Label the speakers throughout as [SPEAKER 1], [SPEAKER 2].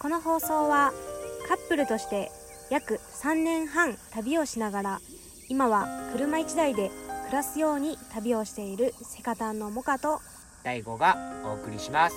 [SPEAKER 1] この放送はカップルとして約3年半旅をしながら今は車1台で暮らすように旅をしているセカタンのモカと
[SPEAKER 2] 大悟がお送りします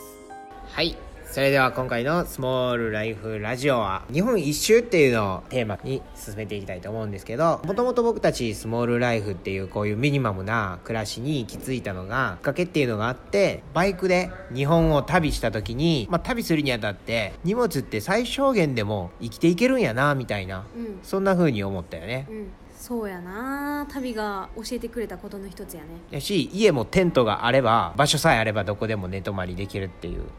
[SPEAKER 3] はいそれでは今回のスモールライフラジオは日本一周っていうのをテーマに進めていきたいと思うんですけどもともと僕たちスモールライフっていうこういうミニマムな暮らしに行き着いたのがきっかけっていうのがあってバイクで日本を旅した時に、まあ、旅するにあたって荷物って最小限でも生きていけるんやなみたいな
[SPEAKER 1] うん
[SPEAKER 3] そんな風に思ったよね
[SPEAKER 1] うんそうやな旅が教えてくれたことの一つやね
[SPEAKER 3] やし家もテントがあれば場所さえあればどこでも寝泊まりできるっていう
[SPEAKER 1] うん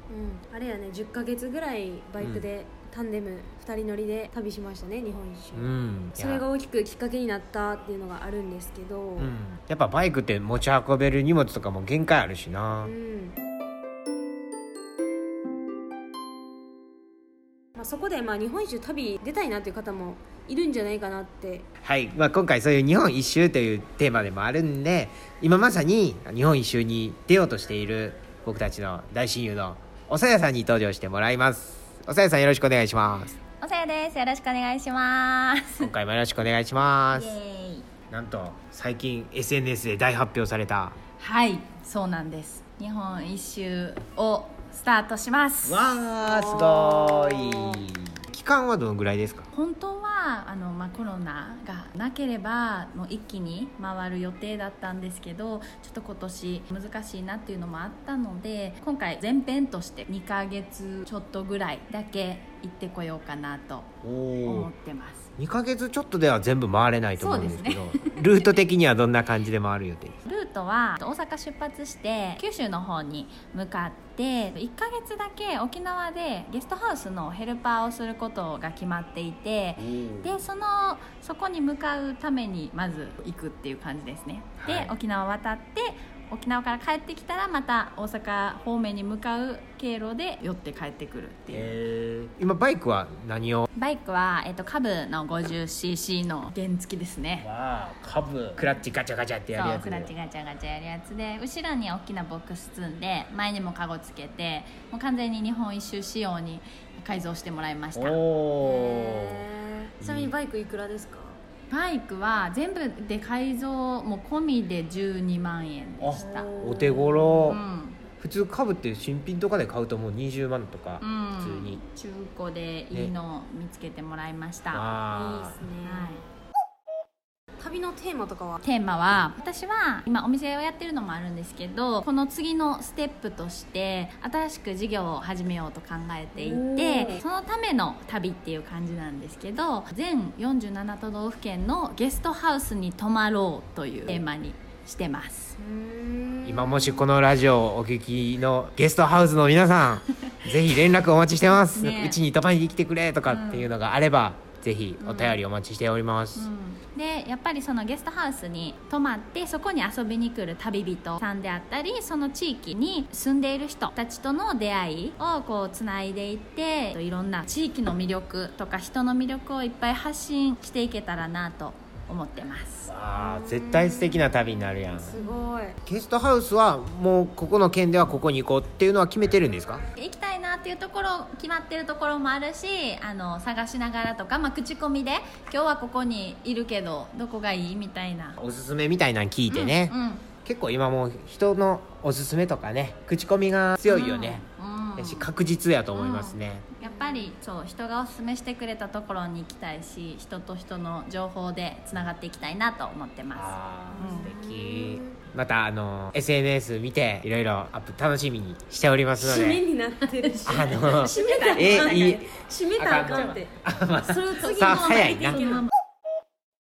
[SPEAKER 1] あれやね10ヶ月ぐらいバイクで、タンデム2人乗りで旅しましたね日本一周、
[SPEAKER 3] うんいや
[SPEAKER 1] それが大きくきっかけになったっていうのがあるんですけど、
[SPEAKER 3] うん、やっぱバイクって持ち運べる荷物とかも限界あるしな、
[SPEAKER 1] うんまあ、そこでまあ日本一周旅出たいなっていう方もいるんじゃないかなって
[SPEAKER 3] はい、まあ、今回そういう日本一周というテーマでもあるんで今まさに日本一周に出ようとしている僕たちの大親友のおさやさんに登場してもらいますおさやさんよろしくお願いし ます
[SPEAKER 4] おさやです。よろしくお願いします。
[SPEAKER 3] 今回もよろしくお願いしま
[SPEAKER 4] イ
[SPEAKER 3] す
[SPEAKER 4] エーイ
[SPEAKER 3] なんと最近 SNS で大発表された
[SPEAKER 4] はい、そうなんです。日本一周をスタートします。
[SPEAKER 3] わーすごい期間はどのぐらいですか
[SPEAKER 4] 本当はあの、まあ、コロナがなければもう一気に回る予定だったんですけどちょっと今年難しいなっていうのもあったので今回前編として2ヶ月ちょっとぐらいだけ行ってこようかなと
[SPEAKER 3] お
[SPEAKER 4] 思
[SPEAKER 3] お
[SPEAKER 4] ってます。
[SPEAKER 3] 2ヶ月ちょっとでは全部回れないと思うんですけどルート的にはどんな感じで回る予定ですか
[SPEAKER 4] ルートは大阪出発して九州の方に向かって1ヶ月だけ沖縄でゲストハウスのヘルパーをすることが決まっていてでそのそこに向かうためにまず行くっていう感じですねで、
[SPEAKER 3] はい
[SPEAKER 4] 沖縄渡って沖縄から帰ってきたらまた大阪方面に向かう経路で寄って帰ってくるっていう、
[SPEAKER 3] 今バイクは何を
[SPEAKER 4] バイクは、えっと、カブの 50cc の原付ですね
[SPEAKER 3] わあカブクラッチガチャガチャってやるやつ
[SPEAKER 4] そうクラッチガチャガチャやるやつで後ろに大きなボックス積んで前にもカゴつけてもう完全に日本一周仕様に改造してもらいました
[SPEAKER 3] お
[SPEAKER 1] ちなみにバイクいくらですか、
[SPEAKER 4] バイクは全部で改造も込みで12万円でしたう
[SPEAKER 3] お手頃、
[SPEAKER 4] ん、
[SPEAKER 3] 普通カブって新品とかで買うともう20万とか、
[SPEAKER 4] うん、
[SPEAKER 3] 普通に
[SPEAKER 4] 中古でいいのを見つけてもらいました、は
[SPEAKER 1] あいい
[SPEAKER 3] あ
[SPEAKER 1] ですね、
[SPEAKER 4] い
[SPEAKER 1] 旅のテーマとかは
[SPEAKER 4] テーマは私は今お店をやってるのもあるんですけどこの次のステップとして新しく事業を始めようと考えてい
[SPEAKER 1] おー
[SPEAKER 4] てそのための旅っていう感じなんですけど全47都道府県のゲストハウスに泊まろうというテーマにしてます
[SPEAKER 3] 今もしこのラジオをお聞きのゲストハウスの皆さんぜひ連絡お待ちしてます、
[SPEAKER 4] ねえ
[SPEAKER 3] うちに泊まりに来てくれとかっていうのがあれば、ぜひお便りお待ちしております、
[SPEAKER 4] でやっぱりそのゲストハウスに泊まってそこに遊びに来る旅人さんであったりその地域に住んでいる人たちとの出会いをこうつないでいっていろんな地域の魅力とか人の魅力をいっぱい発信していけたらなと思ってます
[SPEAKER 3] わあ絶対素敵な旅になるやん
[SPEAKER 1] すごい
[SPEAKER 3] ゲストハウスはもうここの県ではここに行こうっていうのは決めてるんですか
[SPEAKER 4] 行きたいなっていうところ決まってるところもあるしあの探しながらとか、まあ、口コミで今日はここにいるけどどこがいいみたいな。
[SPEAKER 3] おすすめみたいなの聞いてね、
[SPEAKER 4] うん
[SPEAKER 3] 結構今もう人のおすすめとかね口コミが強いよね、
[SPEAKER 4] うんうん
[SPEAKER 3] やし確実やと思いますね、
[SPEAKER 4] やっぱりそう人がおすすめしてくれたところに行きたいし人と人の情報でつながっていきたいなと思ってま
[SPEAKER 3] あ
[SPEAKER 4] ー
[SPEAKER 3] 素敵またあの SNS 見ていろいろアップ楽しみにしておりますの
[SPEAKER 1] 締め
[SPEAKER 3] で
[SPEAKER 1] になってるし
[SPEAKER 3] あの
[SPEAKER 1] 締めたらあかん
[SPEAKER 3] えいい
[SPEAKER 1] 締めたらあかんってそれを次
[SPEAKER 3] さあ
[SPEAKER 1] の
[SPEAKER 3] 早いな
[SPEAKER 4] すそのまま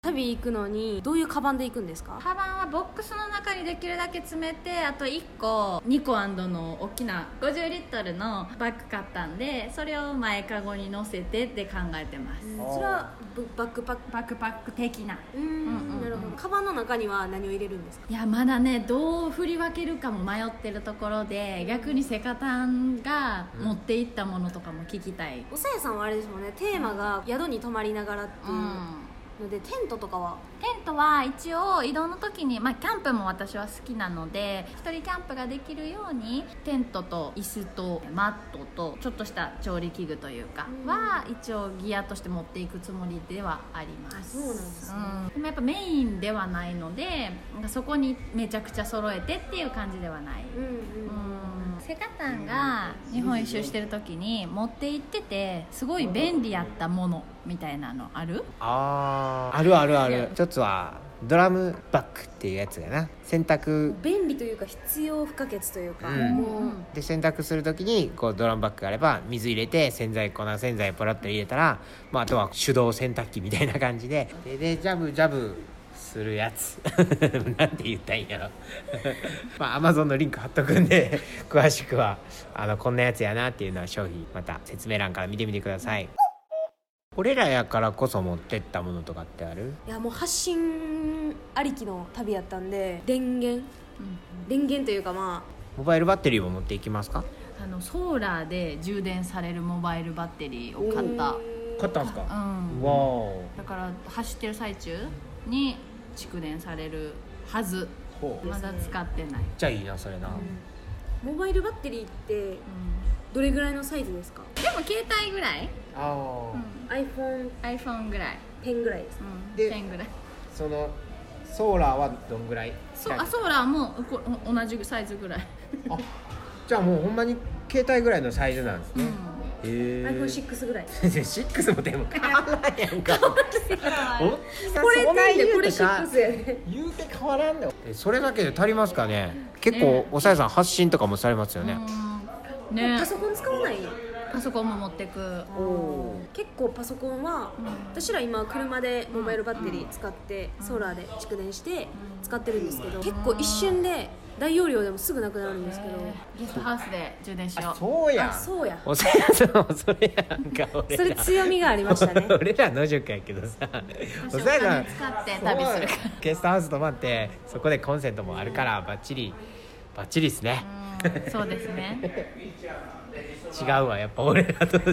[SPEAKER 1] 旅行くのにどういうカバンで行くんですか
[SPEAKER 4] カバンはボックスの中にできるだけ詰めてあと1個2個の大きな50リットルのバッグ買ったんでそれを前かごに乗せてって考えてます
[SPEAKER 1] それはブバックパック
[SPEAKER 4] バックパック的な
[SPEAKER 1] うーん
[SPEAKER 4] うんうんうん
[SPEAKER 1] なるほどカバンの中には何を入れるんですか
[SPEAKER 4] いやまだねどう振り分けるかも迷ってるところで逆にセカタンが持っていったものとかも聞きたい
[SPEAKER 1] おさやさんはあれですもんねテーマが宿に泊まりながらっていう、
[SPEAKER 4] うん
[SPEAKER 1] のでテントとかは
[SPEAKER 4] テントは一応移動の時に、まあ、キャンプも私は好きなので一人キャンプができるようにテントと椅子とマットとちょっとした調理器具というか
[SPEAKER 1] うん
[SPEAKER 4] は一応ギアとして持っていくつもりではあります
[SPEAKER 1] あそうなんですね
[SPEAKER 4] うんでもやっぱメインではないのでなんかそこにめちゃくちゃ揃えてっていう感じではない、
[SPEAKER 1] ん
[SPEAKER 4] うんセカタンが日本一周してる時に持って行っててすごい便利やったものみたいなのある
[SPEAKER 3] あああるあるある一つはドラムバッグっていうやつがな洗濯
[SPEAKER 1] 便利というか必要不可欠というか、
[SPEAKER 3] うん
[SPEAKER 1] もう、
[SPEAKER 3] で洗濯するときにこうドラムバッグがあれば水入れて洗剤粉洗剤ポラッと入れたら、まあ、あとは手動洗濯機みたいな感じでででジャブジャブするやつ なんて言ったんやろ まあアマゾンのリンク貼っとくんで 詳しくはあのこんなやつやなっていうのは商品また説明欄から見てみてください俺らやからこそ持ってったものとかってある
[SPEAKER 1] いやもう発信ありきの旅やったんで電源電源というかま
[SPEAKER 3] モバイルバッテリーも持っていきますか
[SPEAKER 4] あのソーラーで充電されるモバイルバッテリーを買った、
[SPEAKER 3] 買ったんすか
[SPEAKER 4] うん、
[SPEAKER 3] わお
[SPEAKER 4] だから走ってる最中に蓄電されるはず
[SPEAKER 3] ほうめっ
[SPEAKER 4] まだ使ってない、
[SPEAKER 3] ちゃいいなそれな、
[SPEAKER 1] あモバイルバッテリーって
[SPEAKER 4] うん
[SPEAKER 1] どれぐらいのサイズですか
[SPEAKER 4] でも携帯ぐらい、
[SPEAKER 3] ああ、
[SPEAKER 1] iPhone10
[SPEAKER 4] iPhone ぐらい、
[SPEAKER 1] ぐらいです
[SPEAKER 4] うん、
[SPEAKER 3] で
[SPEAKER 4] 10ぐらい
[SPEAKER 3] そのソーラーはどんぐらい
[SPEAKER 4] そうあソーラーもこ同じサイズぐらい、
[SPEAKER 3] あじゃあもうほんまに携帯ぐらいのサイズなんです
[SPEAKER 4] う
[SPEAKER 3] ね、
[SPEAKER 4] ん
[SPEAKER 3] へえ
[SPEAKER 1] iPhone6 ぐらい
[SPEAKER 3] 6もでも変わらんやんか大きさ
[SPEAKER 1] これ
[SPEAKER 3] そんな
[SPEAKER 1] 10で
[SPEAKER 3] 言
[SPEAKER 1] こ
[SPEAKER 3] う
[SPEAKER 1] れ
[SPEAKER 3] てか
[SPEAKER 1] 6やね
[SPEAKER 3] 言うて変わらんだよそれだけで足りますかね結構おさやさん発信とかもされますよね、
[SPEAKER 4] うんね
[SPEAKER 1] パソコン使わない
[SPEAKER 4] パソコンも持ってく
[SPEAKER 3] お
[SPEAKER 1] 結構パソコンは、
[SPEAKER 4] ん
[SPEAKER 1] 私ら今車でモバイルバッテリー使って、ソーラーで蓄電して使ってるんですけど、結構一瞬で大容量でもすぐなくなるんですけど、
[SPEAKER 4] ゲストハウスで充電しよ
[SPEAKER 3] あ
[SPEAKER 4] う
[SPEAKER 3] そうや
[SPEAKER 1] あ
[SPEAKER 3] ん
[SPEAKER 1] そうや
[SPEAKER 3] おさやさんもそれやんか俺
[SPEAKER 1] それ
[SPEAKER 3] ら
[SPEAKER 1] 強みがありましたね
[SPEAKER 3] 俺ら野宿やけどさ
[SPEAKER 4] 私お金使って旅するか
[SPEAKER 3] ゲストハウス泊まってそこでコンセントもあるからバッチリバッチリですね、
[SPEAKER 4] ら、うん、そうですね
[SPEAKER 3] 違うわやっぱ俺らと種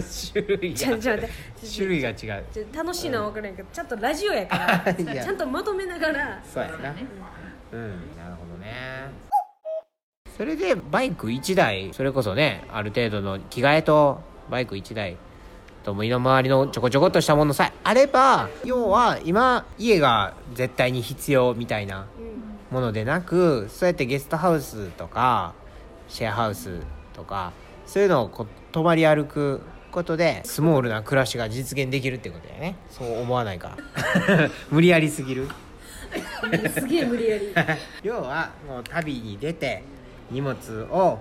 [SPEAKER 3] 類
[SPEAKER 1] ちょ
[SPEAKER 3] が
[SPEAKER 1] ちょ待って
[SPEAKER 3] 種類が違う
[SPEAKER 1] ちょ楽しいのは分からんけどちゃんとラジオやから
[SPEAKER 3] いや
[SPEAKER 1] ちゃんとまとめながら
[SPEAKER 3] そうやなうんなるほどねそれでバイク1台それこそねある程度の着替えとバイク1台と身の回りのちょこちょこっとしたものさえあれば要は今家が絶対に必要みたいなものでなくそうやってゲストハウスとかシェアハウスとかそういうのをこう泊まり歩くことでスモールな暮らしが実現できるってことだよねそう思わないか 無理やりすぎる
[SPEAKER 1] すげえ無理やり
[SPEAKER 3] 要はもう旅に出て荷物を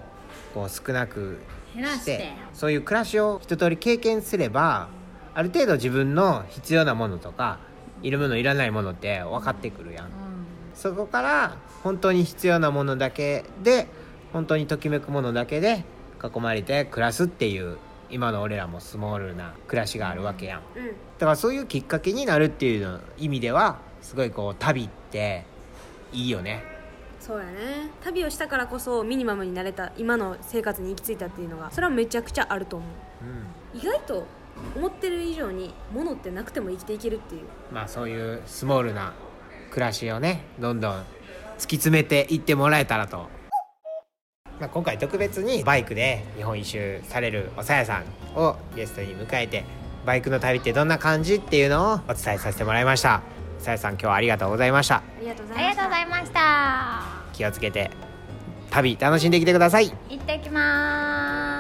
[SPEAKER 3] こう少なく
[SPEAKER 4] 減ら
[SPEAKER 3] し
[SPEAKER 4] して
[SPEAKER 3] てそういう暮らしを一通り経験すればある程度自分の必要なものとかいるものいらないものって分かってくるやん そこから本当に必要なものだけで本当にときめくものだけで囲まれて暮らすっていう今の俺らもスモールな暮らしがあるわけやん
[SPEAKER 1] うん
[SPEAKER 3] だからそういうきっかけになるっていうの意味ではすごいこう旅っていいよね
[SPEAKER 1] そうやね旅をしたからこそミニマムになれた今の生活に行き着いたっていうのがそれはめちゃくちゃあると思う
[SPEAKER 3] うん
[SPEAKER 1] 意外と思ってる以上に物ってなくても生きていけるっていう
[SPEAKER 3] まあそういうスモールな暮らしをねどんどん突き詰めていってもらえたらと、まあ、今回特別にバイクで日本一周されるおさやさんをゲストに迎えてバイクの旅ってどんな感じっていうのをお伝えさせてもらいましたさやさん今日はありがとうございました
[SPEAKER 1] ありがとうご
[SPEAKER 5] ありがとうございました。
[SPEAKER 3] 気をつけて旅楽しんできてください
[SPEAKER 5] 行ってきます。